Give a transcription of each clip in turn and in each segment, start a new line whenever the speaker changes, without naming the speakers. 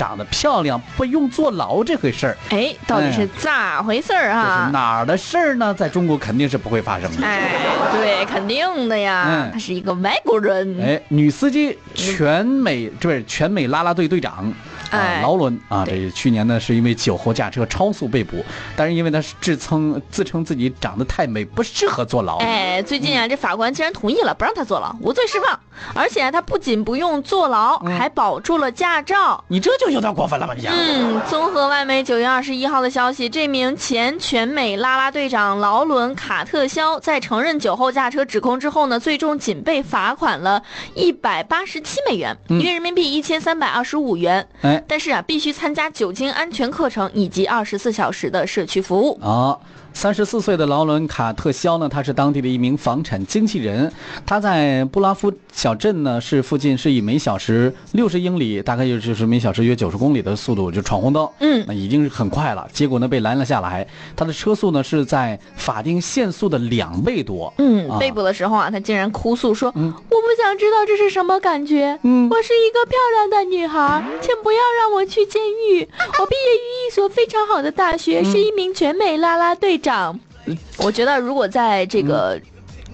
长得漂亮不用坐牢这回事儿，
哎，到底
哎
是咋回事
这
儿啊
是？哪儿的事儿呢？在中国肯定是不会发生的。
哎，对，肯定的呀，
嗯
他是一个外国人。
哎，女司机全美这不是全美啦啦队队长啊
哎
劳伦啊，
对
这去年呢是因为酒后驾车超速被捕，但是因为他是自称自称自己长得太美，不适合坐牢。
哎，最近啊，
嗯
这法官竟然同意了，不让他坐牢，无罪释放。而且、啊、他不仅不用坐牢，
嗯
还保住了驾照。
你这就有点过分了吧？你讲，
嗯，综合外媒九月二十一号的消息，这名前全美啦啦队长劳伦·卡特肖在承认酒后驾车指控之后呢，最终仅被罚款了一百八十七美元，
嗯
约人民币一千三百二十五元。
哎
但是啊，必须参加酒精安全课程以及二十四小时的社区服务。
啊，三十四岁的劳伦·卡特肖呢，他是当地的一名房产经纪人。他在布拉夫小镇呢，是附近是以每小时六十英里，大概也就是每小时约九十公里的速度就闯红灯。
嗯
那已经是很快了。结果呢，被拦了下来。他的车速呢是在法定限速的两倍多。
嗯
啊，
被捕的时候啊，她竟然哭诉说：“
嗯
我不想知道这是什么感觉。
嗯
我是一个漂亮的女孩，请不要让我去监狱。
嗯
我毕业于一所非常好的大学，是一名全美啦啦队长。
嗯
我觉得如果在这个、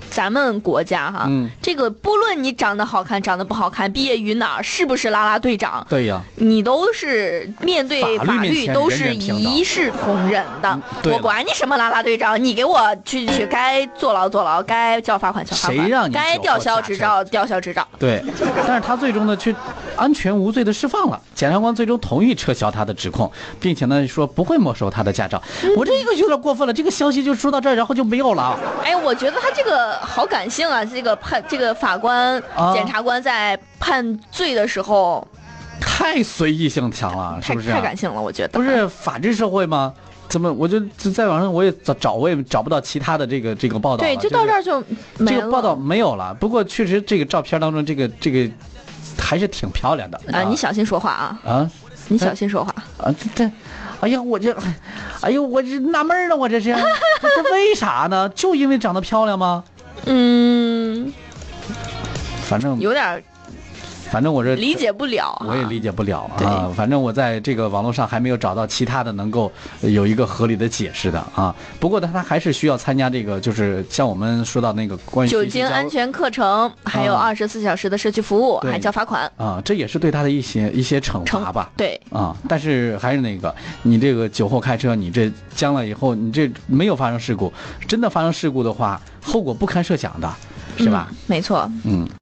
咱们国家哈，
嗯
这个不论你长得好看，长得不好看，毕业于哪儿，是不是啦啦队长，
对呀，
你都是面对
法律
法
面
律
前
都
人
是
人平等
一视同仁的。
对
我
了
管你什么啦啦队长，你给我去去，该坐牢坐牢，该交罚款交罚款，
谁让你
该
酒后
吊销
驾
执
车
照吊销执照。
对。但是他最终呢，却安全无罪的释放了。检察官最终同意撤销他的指控，并且呢说不会没收他的驾照。
嗯
我这个有点过分了，这个消息就说到这儿，然后就没有了啊。
哎，我觉得他这个好感性啊！这个判这个法官、
啊
检察官在判罪的时候，
太随意性强了，是
太
不是、啊
太感性了，我觉得
不，是法治社会吗？怎么我就就在网上我也找找我也找不到其他的这个这个报道了。
对，就到
是
这儿就没了。
这个报道没有了，不过确实这个照片当中，这个这个还是挺漂亮的
啊，你小心说话啊！
啊
你小心说话。
啊这这，哎呀我这，哎呦我这纳闷儿了，我这是这这为啥呢？就因为长得漂亮吗？
嗯，
反正
有点
反正我这
理解不了、啊。
我也理解不了啊
对，
反正我在这个网络上还没有找到其他的能够呃有一个合理的解释的啊。不过呢，他还是需要参加这个，就是像我们说到那个关于
酒精安全课程，还有
啊
二十四小时的社区服务，
对
还交罚款。
啊，这也是对他的一些一些惩罚吧。
对，
啊，但是还是那个，你这个酒后开车，你这将来以后，你这没有发生事故，真的发生事故的话，后果不堪设想的，是吧？
嗯？没错。
嗯